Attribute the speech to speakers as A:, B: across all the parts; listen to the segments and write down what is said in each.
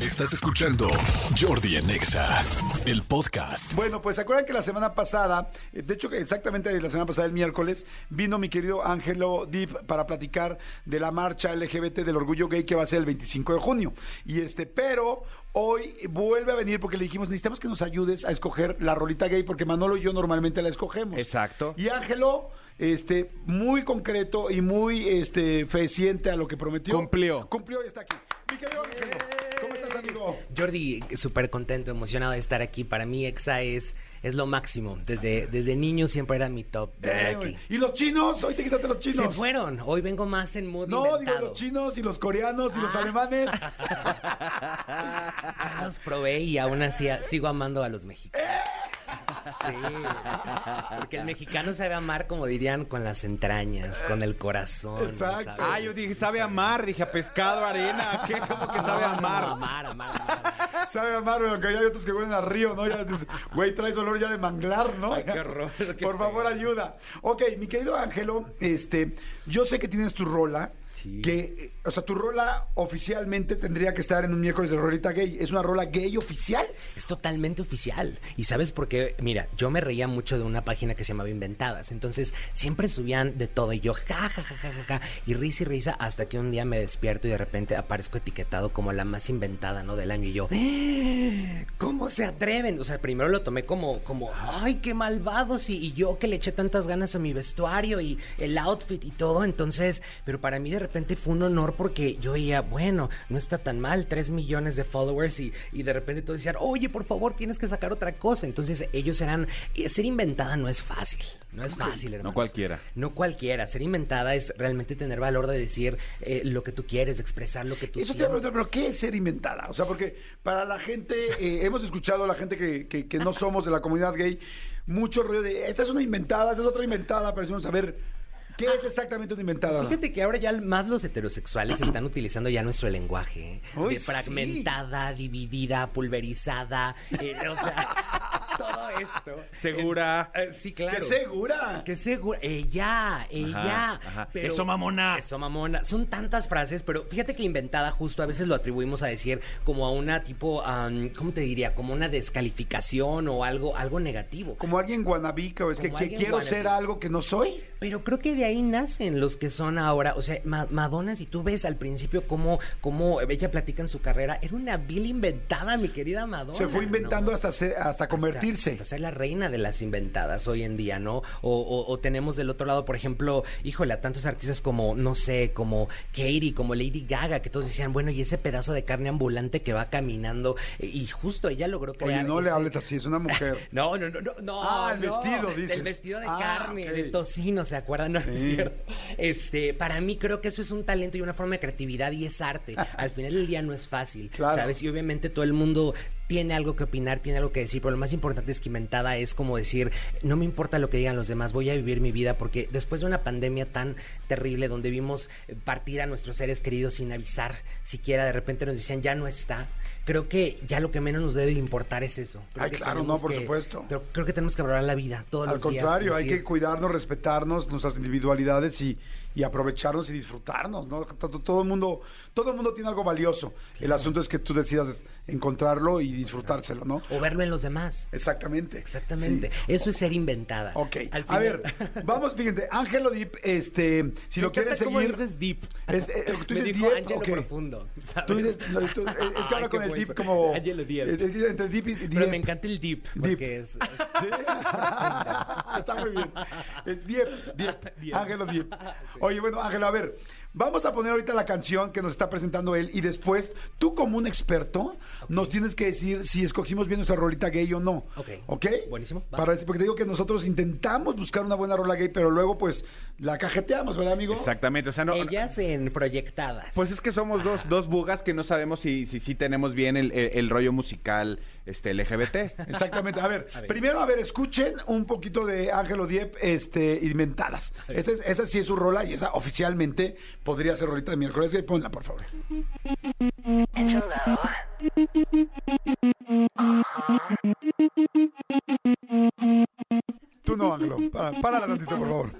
A: Estás escuchando Jordi en Exa, el podcast.
B: Bueno, pues se acuerdan que la semana pasada, eh, de hecho que exactamente la semana pasada, el miércoles, vino mi querido Ángelo Deep para platicar de la marcha LGBT del orgullo gay que va a ser el 25 de junio. Y este, pero hoy vuelve a venir porque le dijimos, necesitamos que nos ayudes a escoger la rolita gay porque Manolo y yo normalmente la escogemos.
C: Exacto.
B: Y Ángelo, este, muy concreto y muy este, feciente a lo que prometió.
C: Cumplió.
B: Cumplió y está aquí. Mi querido Ángelo, ¿cómo estás, amigo?
D: Jordi, súper contento, emocionado de estar aquí. Para mí, EXA es, es lo máximo. Desde, desde niño siempre era mi top. venir
B: Eh,
D: aquí.
B: ¿Y los chinos? Hoy te quitaste los
D: Se
B: chinos.
D: fueron. Hoy vengo más en mood
B: No, digo
D: inventado. Ah.
B: los chinos y los coreanos y los alemanes.
D: Ya Ah, los probé y aún así a- sigo amando a los
B: ¡Eh!
D: mexicanos. Sí. Porque el mexicano sabe amar, como dirían, con las entrañas, con el corazón.
B: Exacto.
D: ¿sabes?
C: Ah, yo dije, sabe amar. Dije, a pescado, arena. ¿Qué? ¿Cómo que sabe
D: No, no,
C: amar?
D: Amar, amar, amar.
B: Sabe amar, güey, aunque hay otros que huelen a río, ¿no? Ya dices, güey, traes olor ya de manglar, ¿no?
D: Ay, qué horror, qué
B: Por favor,
D: feo.
B: ayuda. Ok, mi querido Ángelo, este, yo sé que tienes tu rola.
D: Sí.
B: Que, eh, o sea, tu rola oficialmente tendría que estar en un miércoles de rolita gay. ¿Es una rola gay oficial?
D: Es totalmente oficial. Y sabes por qué, mira, yo me reía mucho de una página que se llamaba Inventadas. Entonces siempre subían de todo y yo, ja, ja, ja, ja, ja, ja, y risa y risa hasta que un día me despierto y de repente aparezco etiquetado como la más inventada, ¿no? Del año. Y yo, "¡Ah! ¿cómo se atreven? O sea, primero lo tomé como, como, ay, qué malvados. Y, y yo que le eché tantas ganas a mi vestuario y el outfit y todo. Entonces, pero para mí de repente fue un honor porque yo veía, bueno, no está tan mal, 3 millones de followers y, y de repente todos decían, oye, por favor, tienes que sacar otra cosa. Entonces ellos eran, eh, ser inventada no es fácil, no es fácil, hermano.
C: cualquiera.
D: No cualquiera, ser inventada es realmente tener valor de decir eh, lo que tú quieres, de expresar lo que tú
B: Eso te
D: sientes.
B: voy a preguntar, pero ¿qué es ser inventada? O sea, porque para la gente, eh, hemos escuchado a la gente que, que- que no somos de la comunidad gay, mucho rollo de, esta es una inventada, esta es otra inventada, pero decimos, a ver, ¿qué es exactamente una inventada?
D: Fíjate que ahora ya más los heterosexuales están utilizando ya nuestro lenguaje. ¿eh?
B: Uy,
D: de
B: sí.
D: fragmentada, dividida, pulverizada. eh, o sea, todo esto.
C: Segura.
D: Eh, eh, sí, claro.
B: ¡Qué segura!
D: Que seguro, ella, ella.
C: ajá. Eso, mamona.
D: Eso mamona. Son tantas frases, pero fíjate que inventada justo a veces lo atribuimos a decir como a una tipo, am, ¿cómo te diría? Como una descalificación o algo, algo negativo.
B: Como alguien guanabica, o es que,
D: Como
B: que
D: alguien
B: quiero
D: wannabe.
B: ser algo que no soy.
D: Pero creo que de ahí nacen los que son ahora. O sea, Ma- Madonna, si tú ves al principio cómo, cómo ella platica en su carrera, era una vil inventada, mi querida Madonna.
B: Se fue inventando
D: ¿no?
B: hasta, ser- hasta convertirse.
D: Hasta, hasta ser la reina de las inventadas hoy en día, ¿no? O, o- o tenemos del otro lado, por ejemplo, híjole, a tantos artistas como, no sé, como Katie, como Lady Gaga, que todos decían, bueno, y ese pedazo de carne ambulante que va caminando. Y- Y justo ella logró crear.
B: Oye, no le
D: ese-
B: hables así, es una mujer.
D: no, no, no, no, no.
B: Ah, el
D: no.
B: vestido, dices.
D: El vestido de
B: Ah,
D: carne,
B: ok.
D: de tocino, ¿se acuerdan? No, no
B: Sí.
D: es cierto. Este, para mí creo que eso es un talento y una forma de creatividad y es arte. Al final del día no es fácil,
B: Claro.
D: ¿sabes? Y obviamente todo el mundo tiene algo que opinar, tiene algo que decir, pero lo más importante es que inventada es como decir, no me importa lo que digan los demás, voy a vivir mi vida porque después de una pandemia tan terrible donde vimos eh, partir a nuestros seres queridos sin avisar, siquiera de repente nos decían, ya no está. Creo que ya lo que menos nos debe importar es eso. Creo
B: Ay,
D: que
B: claro,
D: tenemos
B: no, por
D: que-
B: supuesto.
D: Pero creo que tenemos que valorar la vida todos
B: Al
D: los días.
B: contrario, hay
D: decir,
B: que cuidarnos, respetarnos, nuestras individualidades y, y aprovecharnos y disfrutarnos, ¿no? Tanto- Todo el mundo, todo el mundo tiene algo valioso. El asunto es que tú decidas encontrarlo y disfrutárselo, ¿no?
D: O verlo en los demás.
B: Exactamente.
D: Exactamente.
B: Sí.
D: Eso es ser inventada.
B: Ok.
D: Al
B: A
D: final-
B: ver, vamos, fíjate, Ángelo Dip, este, si
C: Me
B: lo quieren
C: encanta cómo
B: seguir.
C: dices deep.
B: es- eh, tú
D: Me
B: dices
D: dijo
B: Dip,
D: Ángelo
B: ok.
D: Profundo. ¿sabes?
B: Tú dices- no, tú- eh, es que
C: Ay,
B: habla
C: qué
B: con el
C: bueno.
B: Dip como.
C: Ángelo Dip.
B: eh, eh, Entre Dip y Dip.
D: Pero me encanta el deep. Porque es, es-
B: Sí. Está muy bien. Es Diep, Diep,
C: Diep.
B: Ángelo Diep. Oye, bueno, Ángelo, a ver, vamos a poner ahorita la canción que nos está presentando él y después tú como un experto nos tienes que decir si escogimos bien nuestra rolita gay o no.
D: Ok.
B: ¿Ok?
D: Buenísimo, va.
B: Para decir, porque te digo que nosotros intentamos buscar una buena rola gay, pero luego pues la cajeteamos, ¿verdad, amigo?
C: Exactamente. O sea, no.
D: ellas en proyectadas.
C: Pues es que somos dos, dos bugas que no sabemos si, si, si tenemos bien el, el- el rollo musical este LGBT.
B: Exactamente. A ver,
D: A ver.
B: primero, a ver, escuchen un poquito de Ángelo Diep, este, inventadas. Esa, es- esa sí es su rola y esa oficialmente podría ser rolita de miércoles. Gay. Ponla, por favor.
E: Hello.
B: Tú no, Ángelo. Para, párala tantito, por favor.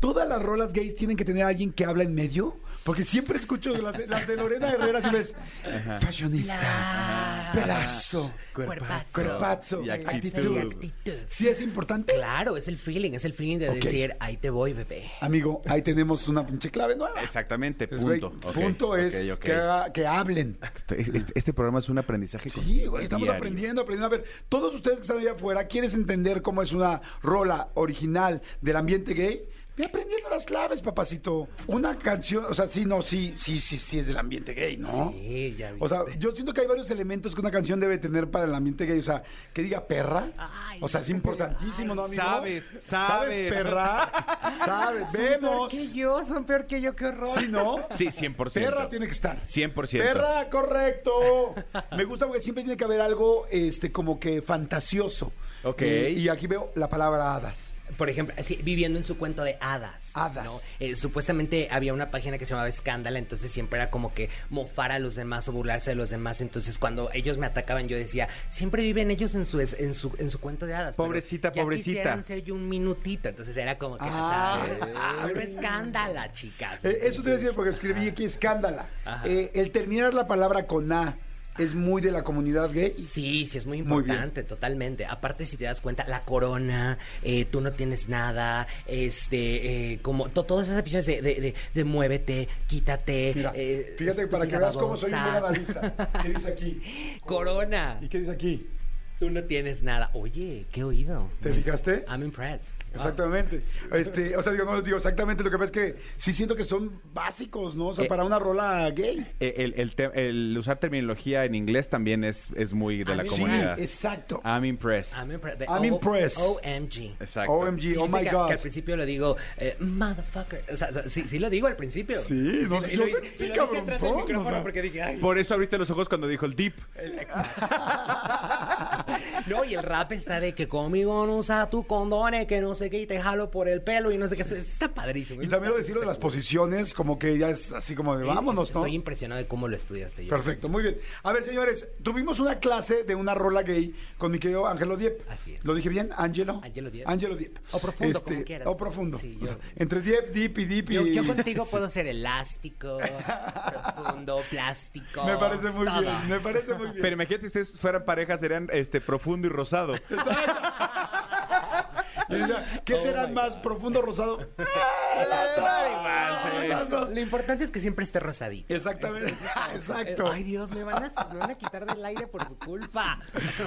B: Toda la las rolas gays tienen que tener a alguien que habla en medio? Porque siempre escucho las de, las de Lorena Herrera, si ves, fashionista, pelazo,
D: Cuerpazo.
B: cuerpazo,
C: Y actitud.
B: actitud.
D: Y actitud.
B: Sí es importante.
D: Claro, es el feeling, es el feeling de
B: Ok.
D: decir, ahí te voy, bebé.
B: Amigo, ahí tenemos una pinche clave nueva.
C: Exactamente,
B: Es,
C: punto.
B: güey,
C: Ok,
B: punto es
C: ok, ok.
B: Que, haga- que hablen.
C: Este, este- este programa es un aprendizaje.
B: Sí,
C: contigo,
B: güey,
C: es
B: estamos
C: diario.
B: aprendiendo, aprendiendo. A ver, todos ustedes que están allá afuera, ¿quieres entender cómo es una rola original del ambiente gay? Ve aprendiendo las claves, papacito. Una canción, o sea, sí, no, sí, sí, sí, sí, es del ambiente gay, ¿no?
D: Sí, ya
B: O sea,
D: viste.
B: yo siento que hay varios elementos que una canción debe tener para el ambiente gay. O sea, que diga perra.
D: Ay.
B: o sea, es importantísimo, ¿no, amigo?
C: Sabes,
B: ¿Sabes
C: sabes.
B: perra? ¿Sabes? Vemos.
D: yo, son peor que yo, qué horror.
B: Sí, ¿no?
C: Sí, 100%.
B: Perra tiene que estar.
C: 100%.
B: Perra, correcto. Me gusta porque siempre tiene que haber algo este como que fantasioso.
C: Ok.
B: Y, y aquí veo la palabra hadas.
D: Por ejemplo, así, viviendo en su cuento de hadas.
B: Hadas.
D: ¿no? Eh, supuestamente había una página que se llamaba Escándala, entonces siempre era como que mofar a los demás o burlarse de los demás. Entonces, cuando ellos me atacaban, yo decía, siempre viven ellos en su es- en su, en su cuento de hadas. pero
C: Pobrecita,
D: ya
C: pobrecita.
D: quisieran ser yo un minutito. Entonces era como que,
B: Ah.
D: ¿sabes? Pero escándala, chicas.
B: Eh, eso te voy a decir
D: Entonces,
B: porque escribí aquí escándala.
D: Ajá.
B: Eh, el terminar la palabra con A es muy de la comunidad gay.
D: Sí, sí, es muy
B: Muy bien.
D: importante, totalmente. Aparte, si te das cuenta, la corona, eh, tú no tienes nada, este, eh, como to- todas esas aficiones de, de, de- de muévete, quítate.
B: Mira,
D: eh,
B: fíjate para que
D: estúpida
B: veas cómo soy un buen
D: babosa.
B: analista. ¿Qué dice aquí?
D: Corona,
B: ¿Y qué dice aquí?
D: tú no tienes nada. Oye, qué oído.
B: ¿Te fijaste?
D: I'm impressed.
B: Exactamente. Este, o sea, digo, no digo exactamente, lo que pasa es que sí siento que son básicos, ¿no? O sea,
C: Eh,
B: para una rola gay.
C: Eh, El, el te- el usar terminología en inglés también es, es muy de
D: A
C: la
D: mí
B: Sí,
C: comunidad. Ah.
B: exacto.
C: I'm impressed.
D: I'm, impre- de
B: I'm
D: O-
B: impressed.
D: OMG.
C: Exacto.
B: OMG,
D: Sí,
B: oh
D: viste
B: my
D: que,
B: God.
D: que al principio lo digo, eh, motherfucker. O sea, o sea, sí, sí lo digo al principio.
B: Sí, no sé,
D: y
B: yo
D: lo-
B: sé, qué
D: y lo dije atrás del
B: cabronzón,
D: micrófono
B: o sea.
D: porque dije, ay,
C: Por eso abriste los ojos cuando dijo el deep.
D: No, y el rap está de que conmigo no usa tus condones, que no sé qué, y te jalo por el pelo y no sé qué. Está padrísimo.
B: Y también lo decirlo de las posiciones, como que ya es así como de vámonos, ¿no?
D: Estoy impresionado de cómo lo estudiaste. yo.
B: Perfecto, muy bien. A ver, señores, tuvimos una clase de una rola gay con mi querido Angelo Diep.
D: Así es.
B: ¿Lo dije bien? Angelo.
D: Ángelo Diep.
B: Ángelo Diep. Este,
D: O profundo, como quieras.
B: O profundo.
D: Sí,
B: O
D: yo-
B: sea, entre Diep, Diep y Diep y...
D: Yo, yo contigo puedo ser elástico, profundo, plástico.
B: Me parece muy
D: todo.
B: bien, me parece muy bien.
C: Pero imagínate si ustedes fueran pareja, serían este profundo y rosado.
B: Y decía, ¿Qué
D: Oh
B: será
D: my
B: más profundo rosado? Las dos.
D: Lo importante es que siempre esté rosadito.
B: Exactamente. Exacto.
D: Ay, Dios, me van, a, me van a quitar del aire por su culpa.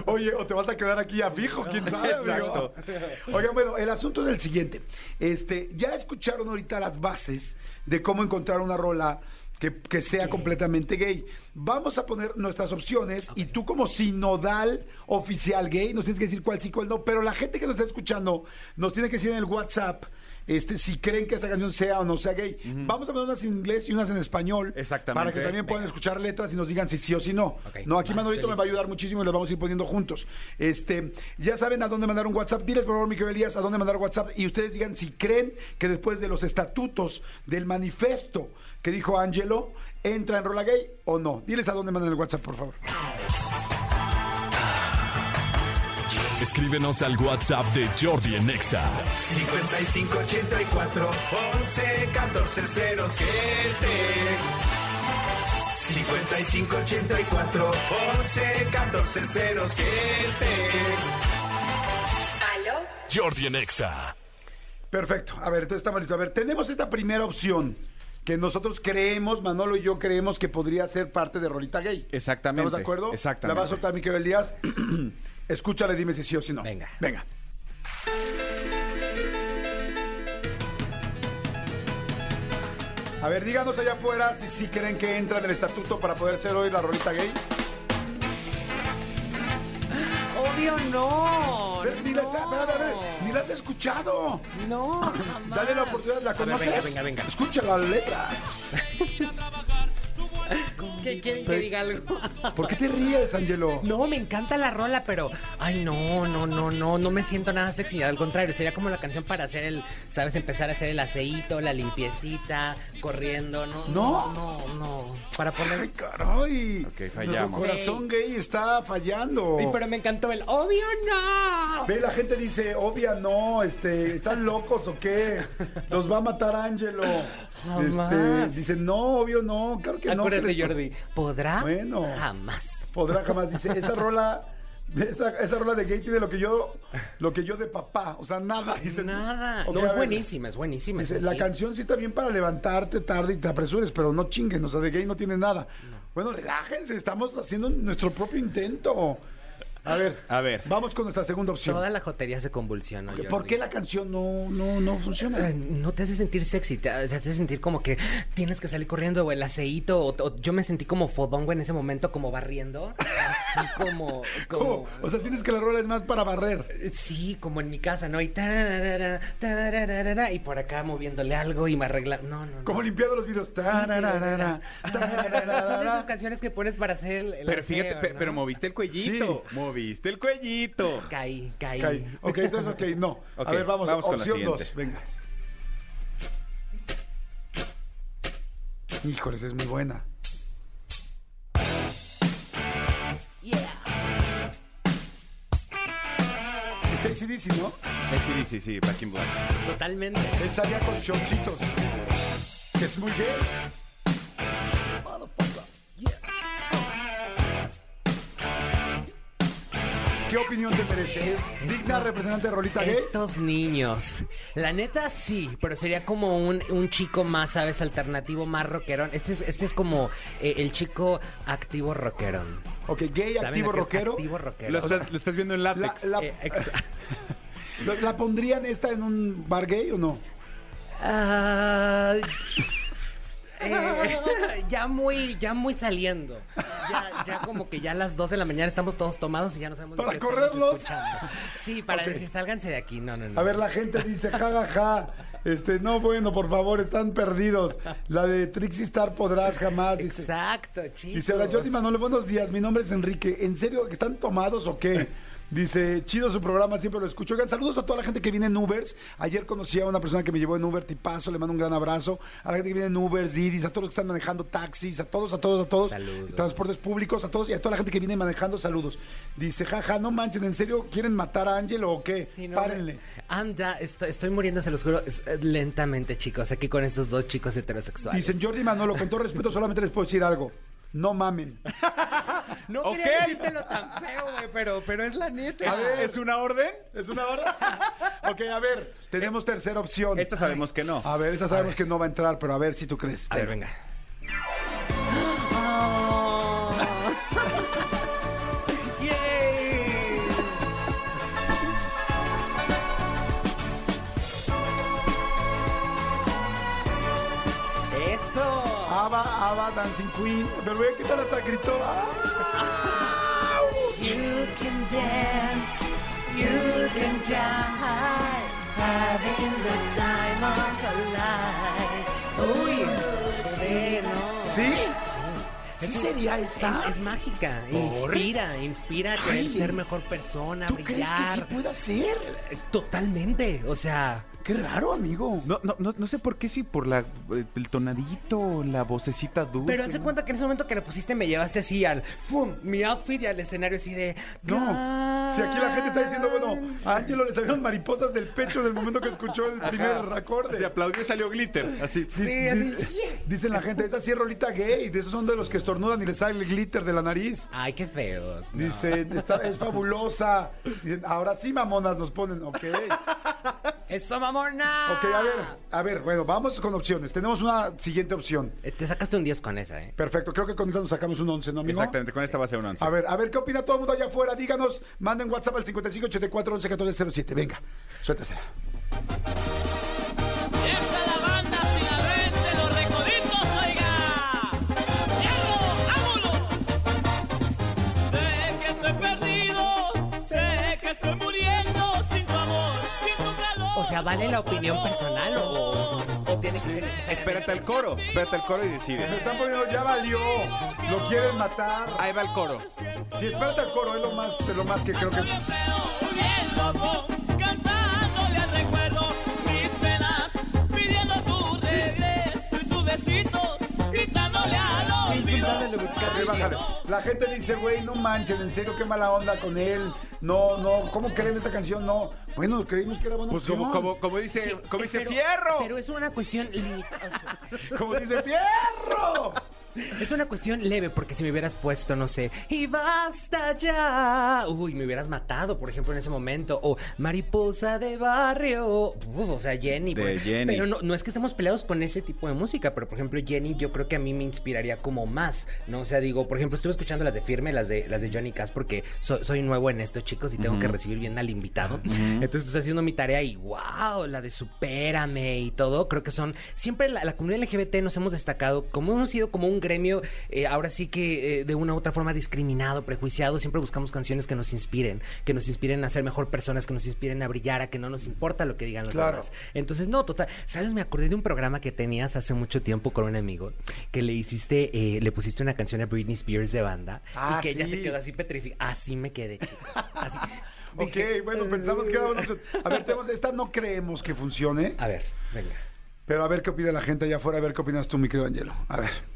B: Oye, o te vas a quedar aquí a fijo, quién sabe. Exacto.
C: Exacto.
B: Oigan, bueno, el asunto es el siguiente. Este, ya escucharon ahorita las bases de cómo encontrar una rola que, que sea completamente gay. Vamos a poner nuestras opciones y tú como sinodal oficial gay nos tienes que decir cuál sí, cuál no. Pero la gente que nos está escuchando nos tiene que decir en el WhatsApp. Este, si creen que esta canción sea o no sea gay. Vamos a poner unas en inglés y unas en español.
C: Exactamente.
B: Para que también puedan escuchar letras y nos digan si sí o si no.
D: Ok.
B: No, aquí
D: Va,
B: Manolito
D: estoy
B: me va a
D: listo.
B: ayudar muchísimo y los vamos a ir poniendo juntos. Este, ya saben a dónde mandar un WhatsApp. Diles, por favor, Miguel Elías, a dónde mandar WhatsApp. Y ustedes digan si creen que después de los estatutos del manifesto que dijo Angelo, entra en Rola Gay o no. Diles a dónde mandan el WhatsApp, por favor.
A: Escríbenos al WhatsApp de Jordi en Exa.
F: 5584 11 14 07 5584 11 14 07
A: Jordi en Exa.
B: Perfecto. A ver, entonces estamos listos. A ver, tenemos esta primera opción que nosotros creemos, Manolo y yo creemos que podría ser parte de Rolita Gay.
C: Exactamente.
B: ¿Estamos de acuerdo? La
C: Exactamente.
B: va a soltar Miguel Elías. Escúchale, dime si sí o si no.
D: Venga.
B: Venga. A ver, díganos allá afuera si sí creen que entra en el estatuto para poder ser hoy la rolita gay.
D: Obvio, no.
B: Ver, ni, la, espérate, a ver, ni la has escuchado.
D: No, jamás.
B: Dale la oportunidad, ¿la
D: ver,
B: conoces?
D: venga, venga, venga.
B: Escucha la letra.
D: que quieren que
B: Pero-
D: diga algo.
B: ¿Por qué te ríes, Angelo?
D: No, me encanta la rola, pero ay no, no, no, no, no me siento nada sexy, al contrario, sería como la canción para hacer el, sabes, empezar a hacer el aceito, la limpiecita, corriendo, no,
B: ¿No?
D: no, no, para poner
B: Ay, caray.
C: Ok, fallamos.
B: Nuestro corazón gay está fallando.
D: Y pero me encantó el obvio no.
B: Ve, la gente dice, obvia, no, este, ¿están locos o qué? Los va a matar Angelo. Este,
D: Jamás.
B: dice, no, obvio, no, claro que no.
D: Acuérdate,
B: ¿qué les-
D: Jordi. ¿Podrá?
B: Bueno.
D: Jamás.
B: Podrá jamás, dice, esa rola, de esa, esa rola de gay tiene lo que yo, lo que yo de papá, o sea, nada, dice.
D: Nada.
B: Ok,
D: No,
B: a
D: es
B: ver,
D: buenísima, es buenísima. es
C: Pues
B: Dice, la
D: un hit.
B: canción sí está bien para levantarte tarde y te apresures, pero no chinguen, o sea, de gay no tiene nada. Bueno, relájense, estamos haciendo nuestro propio intento. A ver,
C: A ver.
B: Vamos con nuestra segunda opción.
D: Toda la jotería se convulsionó.
B: ¿Por
D: Jordi.
B: qué la canción no, no, no funciona?
D: Eh, No te hace sentir sexy, te te hace sentir como que tienes que salir corriendo o el aceíto. O, o- yo me sentí como fodongo en ese momento, como barriendo. Así como. como
B: ¿Cómo? O sea, sientes que la rola es más para barrer.
D: eh, sí, como en mi casa, ¿no? Y tararara, tararara, y por acá moviéndole algo y me arregla. No, no, no.
B: Como limpiando los virus. Tarararara,
D: Tararara. Son esas
B: tarararara.
D: canciones que pones para hacer el. el
C: Pero fíjate,
D: aseo,
C: pe-
D: ¿no?
C: pero moviste el cuellito. Moviste el cuellito.
D: Caí, caí.
B: Ok, ok, entonces, ok, no.
C: Ok,
B: A ver, vamos,
C: vamos con la
B: opción
C: siguiente.
B: 2. Venga. Híjoles, es muy buena. Es ACDC, ¿no?
C: Eh, sí, sí, sí, Back in Black.
D: Totalmente.
B: Él salía con shortcitos. Que es muy gay. Motherfucker. ¿Qué opinión te merece? ¿Es digna representante de Rolita Gay?
D: Estos niños. La neta sí, pero sería como un, un chico más, ¿sabes? Alternativo, más rockerón. Este es, este es como eh, el chico activo rockerón.
B: Ok, gay,
D: ¿Saben
B: activo
D: lo que es
B: rockero.
D: Activo rockero.
C: Lo estás, lo estás viendo en
B: La,
C: látex.
B: la,
D: Eh, ex-
B: ¿la- la pondrían esta en un bar gay o no?
D: Ah, eh, ya muy, ya muy saliendo. Ya, ya como que ya a las 2 de la mañana estamos todos tomados y ya no sabemos de
B: Para
D: qué estamos
B: correrlos.
D: escuchando. Sí, para
B: Ok.
D: decir, sálganse de aquí. No, no, no.
B: A ver, la gente dice, jajaja, Este, no, bueno, por favor, están perdidos. La de Trixie Star podrás jamás. Dice,
D: Exacto, chicos.
B: Dice, hola Jordi Manolo, buenos días, mi nombre es Enrique. ¿En serio que están tomados o qué? Dice, chido su programa, siempre lo escucho. Oigan, saludos a toda la gente que viene en Ubers. Ayer conocí a una persona que me llevó en Uber, Tipazo, le mando un gran abrazo. A la gente que viene en Ubers, Didis, a todos los que están manejando taxis, a todos, a todos, a todos.
D: Saludos.
B: Transportes públicos, a todos y a toda la gente que viene manejando, saludos. Dice, jaja, no manchen, ¿en serio quieren matar a Ángel o qué?
D: Sí, no,
B: Párenle.
D: Anda, estoy, estoy muriendo, se los juro, es- eh, lentamente, chicos, aquí con estos dos chicos heterosexuales.
B: Dicen, Jordi Manolo, con todo respeto, solamente les puedo decir algo. No mamen.
D: No
C: Ok.
D: quería decírtelo tan feo, güey, pero, pero es la neta.
C: ¿Es, es una orden?
B: ¿Es una hora? ok, a ver, tenemos tercera opción.
C: Esta sabemos que no.
B: A ver, esta sabemos que no va a entrar, pero a ver si tú crees.
D: A ver, venga. Eso.
B: Ava, Ava, Dancing Queen. Pero ve qué tal hasta gritó. ¡Ah!
G: You can dance, you can jive, having the time of your life. Oh, you
D: Bueno.
B: ¿Sí?
D: Es-
B: sería esta?
D: Es, es mágica, inspira, inspira a querer ser mejor persona, brillar.
B: pueda ser?
D: Eh, Totalmente, o sea,
B: Qué raro, amigo.
C: Uh, No, no, no, no sé por qué, si por la, el tonadito, la vocecita dulce.
D: pero hace
C: ¿no?
D: cuenta que en ese momento que la pusiste me llevaste así al ¡fum! mi outfit y al escenario así de
B: No, si aquí la gente está diciendo, bueno, a Ángelo le salieron mariposas del pecho en el momento que escuchó el primer acorde.
C: Se aplaudió y salió glitter. Así.
D: Sí, así.
B: Dicen la gente, esa sí es rolita gay, de esos son de los que estornudan y les sale el glitter de la nariz.
D: Ay, qué feos. no.
B: Dicen, "Está- es fabulosa. Dicen, ahora sí, mamonas, nos ponen, ok.
D: Eso, mamona.
B: Ok, a ver, a ver, bueno, vamos con opciones. Tenemos una siguiente opción.
D: Eh, Te sacaste un 10 con esa, ¿eh?
B: Perfecto, creo que con esta nos sacamos un 11, ¿no, amigo?
C: Exactamente, con esta va a ser un once.
B: A ver, a ver, ¿qué opina todo el mundo allá afuera? Díganos, manden WhatsApp al 5584 11 14 07. Venga, suéltasela.
H: ¡Esta la banda Pinabete de los Recoditos, oiga! ¡Diablo, vámonos! Sé que estoy perdido, sé que estoy muriendo sin tu amor, sin tu calor.
D: O sea, ¿vale la opinión personal o-
I: o tiene que ser necesariamente-
C: Espérate al coro, espérate al coro y
B: Se
C: decide.
B: están poniendo, ya valió. Lo quieren matar.
C: Ahí va el coro.
B: Si espérate al coro, es lo más, es lo más que creo que.
H: Alfredo, bien loco, cantándole al recuerdo mis penas, pidiendo tu regreso y tus besitos, gritándole al olvido.
B: Ok, Eh, bájale. La gente dice, güey, no manchen, en serio, qué mala onda con él. No, no, ¿cómo creen esa canción? No. Bueno, creímos que era buena
C: Pues como,
B: opción.
C: como, como dice, como dice
I: pero-
C: Fierro.
I: Pero es una cuestión limitada. o sea,
B: Como dice Fierro.
D: Es una cuestión leve, porque si me hubieras puesto, no sé, y basta ya. Uy, me hubieras matado, por ejemplo, en ese momento. O mariposa de barrio. Uf, o sea, Jenny.
C: De
D: por-
C: Jenny.
D: Pero no, no es que estemos peleados con ese tipo de música, pero por ejemplo, Jenny, yo creo que a mí me inspiraría como más. ¿no? O sea, digo, por ejemplo, estuve escuchando las de Firme, las de, las de Johnny Cass, porque so- soy nuevo en esto, chicos, y tengo que recibir bien al invitado. Entonces estoy haciendo mi tarea y wow, la de supérame y todo. Creo que son. Siempre la, la comunidad LGBT nos hemos destacado, como hemos sido como un gremio, eh, ahora sí que eh, de una u otra forma discriminado, prejuiciado. Siempre buscamos canciones que nos inspiren, que nos inspiren a ser mejor personas, que nos inspiren a brillar, a que no nos importa lo que digan los
B: Claro.
D: demás. Entonces, no, total. ¿Sabes? Me acordé de un programa que tenías hace mucho tiempo con un amigo que le hiciste, eh, le pusiste una canción a Britney Spears de banda
B: Ah,
D: y que ella
B: sí.
D: se quedó así petrificada. Así me quedé, chicos. Así.
B: Ok,
D: Dije,
B: bueno, pensamos que era buena opción. A ver, tenemos, esta no creemos que funcione,
D: A ver, venga.
B: pero a ver qué opina la gente allá afuera, a ver qué opinas tú, mi querido Angelo. A ver.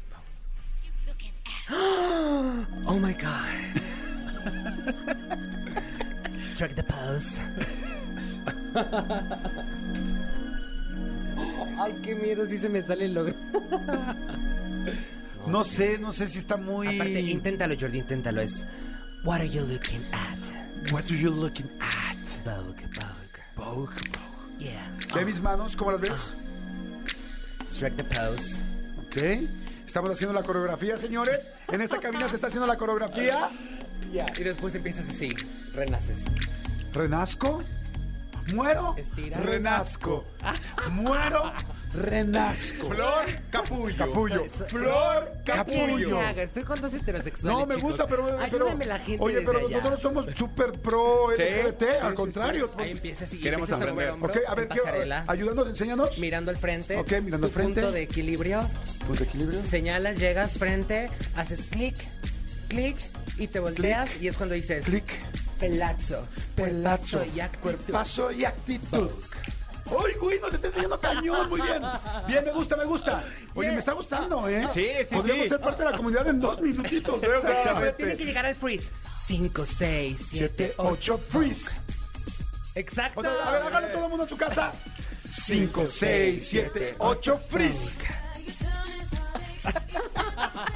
D: Oh my God. Strike the pose. Ay, qué miedo, si se me sale el logo.
B: No sé, no sé si está muy.
D: Oh, Aparte, inténtalo, Jordi, inténtalo. Es. What are you looking at?
B: What are you looking at?
D: Vogue, Vogue.
B: Vogue.
D: Ah. Yeah.
B: ¿Ve mis manos? ¿Cómo las ves?
D: Ah. Strike the pose.
B: Ok. Estamos haciendo la coreografía, señores. En esta cabina se está haciendo la coreografía.
D: Y después empiezas así, renaces.
B: ¿Renazco? ¿Muero?
D: Estira.
B: Renazco. ¿Muero? Renazco.
C: Flor Capullo.
B: Capullo.
D: Soy- soy-
C: Flor
B: Capullo.
C: Capullo.
D: ¿Qué haga? Estoy con dos heterosexuales.
B: No, me
D: chicos.
B: gusta, pero. pero-
D: Ayúdame la gente.
B: oye,
D: desde
B: pero
D: allá.
B: nosotros somos súper pro
C: Sí,
B: LGBT,
C: sí,
B: al
C: sí,
B: contrario.
D: Ahí empiezas y
C: Queremos
D: empiezas
C: aprender.
D: a mover hombro,
B: ok, a ver, ¿qué,
D: pasarela,
B: ayúdanos, enséñanos.
D: mirando al frente.
B: Ok, mirando
D: tu
B: al frente.
D: Punto de equilibrio.
B: Punto Pues de equilibrio.
D: Señalas, llegas frente, haces clic, clic y te volteas y es cuando dices
B: Clic.
D: pelazo,
B: Pelazo.
D: pelazo y actitud.
B: Cuerpazo y actitud. ¡Ay, güey! Nos está enseñando cañón. Muy bien. Bien, me gusta, me gusta. Oye, me está gustando, ¿eh?
C: Sí, sí,
B: Podríamos
C: sí.
B: ser parte de la comunidad en dos minutitos. ¿eh? O sea,
D: Pero tiene que llegar al freeze. 5, 6, 7,
B: Siete, ocho, freeze.
D: Exacto.
B: O sea, a ver, háganlo todo el mundo en su casa. 5, 6, 7, 8, freeze.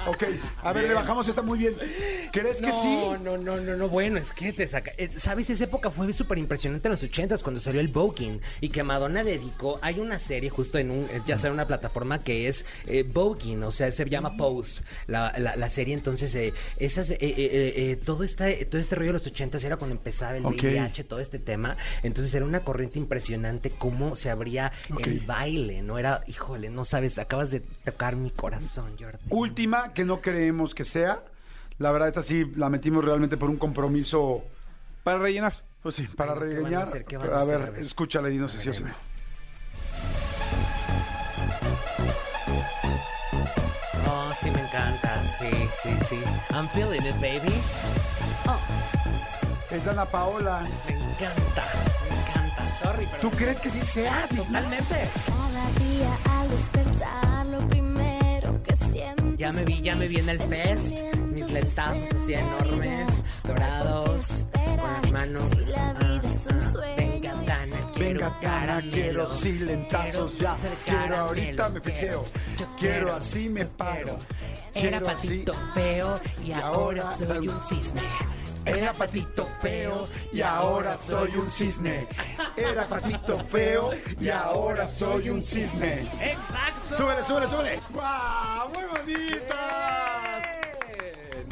B: Ok, a ver, le bajamos esta muy bien. ¿Crees que
D: no,
B: sí?
D: No, no, no, no, bueno, es que te saca. eh, ¿Sabes? Esa época fue súper impresionante en los ochentas cuando salió el Voguing y que Madonna dedicó. Hay una serie justo en un, eh, ya sea en una plataforma que es eh, Voguing, o sea, se llama Pose, la, la- la serie. Entonces, eh, esas, eh, eh, eh, eh, todo, esta, todo este rollo de los ochentas era cuando empezaba el
B: Ok.
D: VIH, todo este tema. Entonces, era una corriente impresionante cómo se abría el
B: Ok.
D: baile, ¿no? Era, híjole, no sabes, acabas de tocar mi corazón, Jordi.
B: Última que no creemos que sea. La verdad, esta sí la metimos realmente por un compromiso.
C: Para rellenar.
B: Pues sí, para
D: Bueno, ¿qué van a
B: regañar.
D: hacer? ¿Qué van a
B: A
D: hacer? A
B: ver,
D: ver.
B: escúchala y no sé
D: A
B: si o
D: ver,
B: si
D: ahí
B: no.
D: Oh, sí, me encanta. Sí, sí, sí. I'm feeling it, baby.
B: Es Ana Paola.
D: Me encanta. Me encanta. Sorry, pero
B: ¿Tú crees que sí sea?
D: totalmente.
J: Cada día al despertar lo primero que siento
D: Ya me vi, ya me vi en el fest. Mis lentazos así enormes, dorados, con las manos.
J: Si la vida
D: Ah,
J: es un
D: ah.
J: sueño
D: Venga,
J: y
D: Tana,
J: son
D: quiero
B: Venga, cara,
D: caramelo,
B: quiero silentazos ya.
D: hacer
B: Quiero
D: caramelo,
B: ahorita me
D: quiero,
B: piseo.
D: yo
B: Quiero así me paro.
D: Era
B: Quiero así.
D: patito feo y ahora
B: ahora
D: soy
B: tan-
D: un cisne.
B: Era patito feo y ahora soy un cisne. Era patito feo y ahora soy un cisne.
D: Exacto.
B: Súbele, súbele, súbele. ¡Guau! ¡Muy bonita!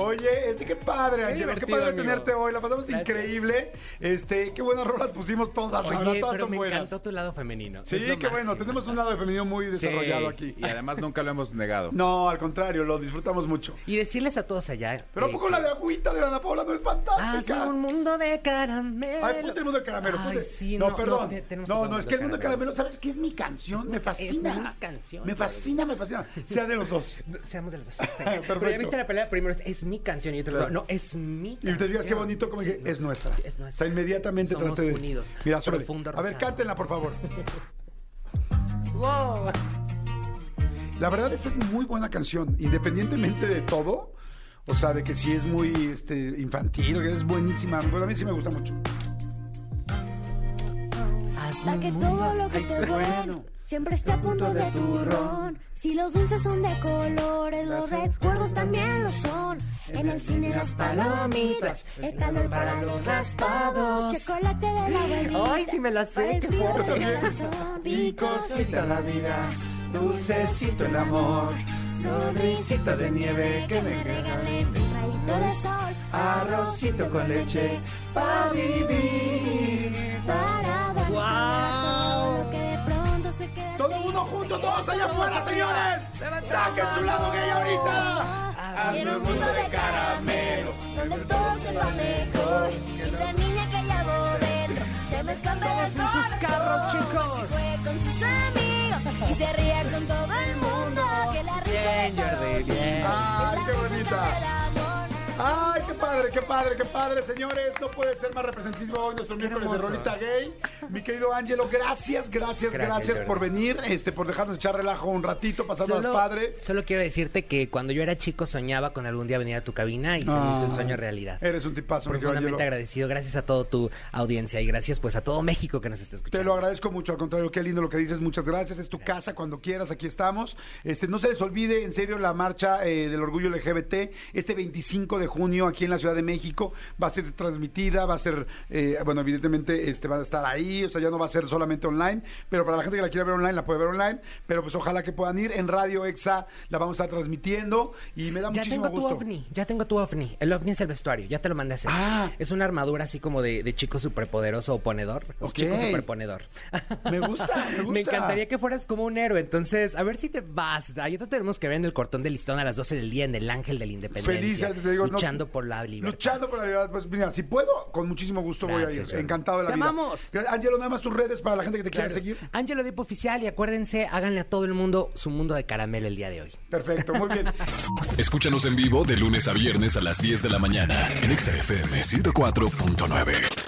B: Oye, este qué padre, Angelo, qué
K: divertido,
B: padre
K: amigo.
B: tenerte hoy, la pasamos
D: Gracias.
B: increíble. Este, qué buenas rolas pusimos todas, la verdad,
D: Oye,
B: todas
D: pero
B: son
D: me
B: buenas.
D: encantó tu lado femenino.
B: Sí,
D: Es
B: qué
D: lo
B: bueno,
D: máximo.
B: tenemos un lado de femenino muy desarrollado aquí.
C: Y además nunca lo hemos negado.
B: No, al contrario, lo disfrutamos mucho.
D: Y decirles a todos allá.
B: Pero ¿a
D: eh,
B: poco la de agüita de Ana Paula no es
D: Hazme
B: fantástica?
D: un mundo de caramelo.
B: Ay, ponte el mundo de caramelo.
D: Ay,
B: ponte.
D: sí,
B: no,
D: no, no,
B: perdón.
D: te- tenemos que
B: No, no,
D: poner
B: es que el mundo de caramelo, ¿sabes qué es mi
D: Es
B: canción?
D: mi-
B: Me
D: es
B: fascina.
D: mi canción,
B: Me fascina, me fascina. Sea de los dos.
D: Seamos de los dos.
B: Perfecto.
D: Pero ya viste la pelea, primero es, es mi canción y otro
B: Claro.
D: no, no, es mi
B: Y
D: canción.
B: te digas qué bonito, como
D: Sí,
B: dije,
D: no,
B: es nuestra.
D: sí, es
B: O sea,
D: nuestra.
B: inmediatamente
D: Somos
B: traté de.
D: unidos.
B: Mira, súbele.
D: Profundo
B: A ver,
D: rosado.
B: cántenla, por favor.
D: Wow.
B: La verdad, esta es muy buena canción, independientemente de todo. O sea, de que si es muy este, infantil, que es buenísima. Bueno, a mí sí me gusta mucho.
J: Para que todo lo que te duele siempre esté a punto de turrón. Si los dulces son de colores, los recuerdos también lo son. En el cine las palomitas, el calor para los raspados. Chocolate de la abuelita.
D: Ay, sí me la sé,
J: para el
D: qué
J: frío del
D: fuerte.
J: corazón.
F: Picosita la vida, dulcecito el amor, sonrisitas de nieve que me regalen
J: un rayito de sol.
F: arrocito con leche pa' vivir.
J: Para dar lo que de pronto se queda.
B: Todo el mundo junto, todos allá afuera, señores. Saquen su lado gay ahorita.
J: Ah, Quiero un mundo de caramelo, donde todo sepa mejor. Y la niña que llevo dentro se me escape de sus carros, chicos. Juegue con sus amigos y se ría con todo el mundo. Que la risa de todos
B: Ay, qué
J: es el
B: bonita.
J: amor.
B: Ay, qué padre, qué padre, qué padre, señores. No puede ser más representativo hoy nuestro miércoles de
D: hermoso.
B: Rolita Gay. Mi querido Ángelo, gracias, gracias, gracias,
D: Gracias, Jordi.
B: por venir, este, por dejarnos echar relajo un ratito, pasarnos padre.
D: solo quiero decirte que cuando yo era chico soñaba con algún día venir a tu cabina y se me hizo el sueño realidad.
B: Ah. Eres un tipazo, mi querido
D: Profundamente
B: Ángelo.
D: agradecido, gracias a toda tu audiencia y gracias pues a todo México que nos está escuchando.
B: Te lo agradezco mucho, al contrario, qué lindo lo que dices, muchas gracias, es tu casa cuando quieras, aquí estamos. Este, no se les olvide, en serio, la marcha eh, del orgullo LGBT, este 25 de junio aquí en la Ciudad de México, va a ser transmitida, va a ser, eh, bueno, evidentemente este, va a estar ahí, o sea, ya no va a ser solamente online, pero para la gente que la quiera ver online, la puede ver online, pero pues ojalá que puedan ir, en Radio EXA la vamos a estar transmitiendo y me da
D: Ya
B: muchísimo
D: tengo
B: gusto.
D: tu ovni, ya tengo tu ovni. El ovni es el vestuario, ya te lo mandé a hacer.
B: Ah.
D: Es una armadura así como de, de chico superpoderoso o ponedor. Es
B: Ok.
D: Chico superponedor.
B: Me gusta, me gusta.
D: encantaría que fueras como un héroe. Entonces, a ver si te vas. Ahí te tenemos que ver en el cortón de listón a las 12 del día en el Ángel de la Independencia.
B: Feliz, ya te digo, no-
D: luchando por la libertad.
B: Luchando por la libertad. Pues mira, si puedo, con muchísimo gusto voy a ir.
D: Gracias, Jordi.
B: Encantado de la
D: Te
B: vida.
D: amamos.
B: Gra- Angelo, nada más tus redes para la gente que te
D: Claro.
B: quiere seguir.
D: Ángelo Dipo Oficial y acuérdense, háganle a todo el mundo su mundo de caramelo el día de hoy.
B: Perfecto, muy bien.
A: Escúchanos en vivo de lunes a viernes a las 10 de la mañana en Exa FM 104.9.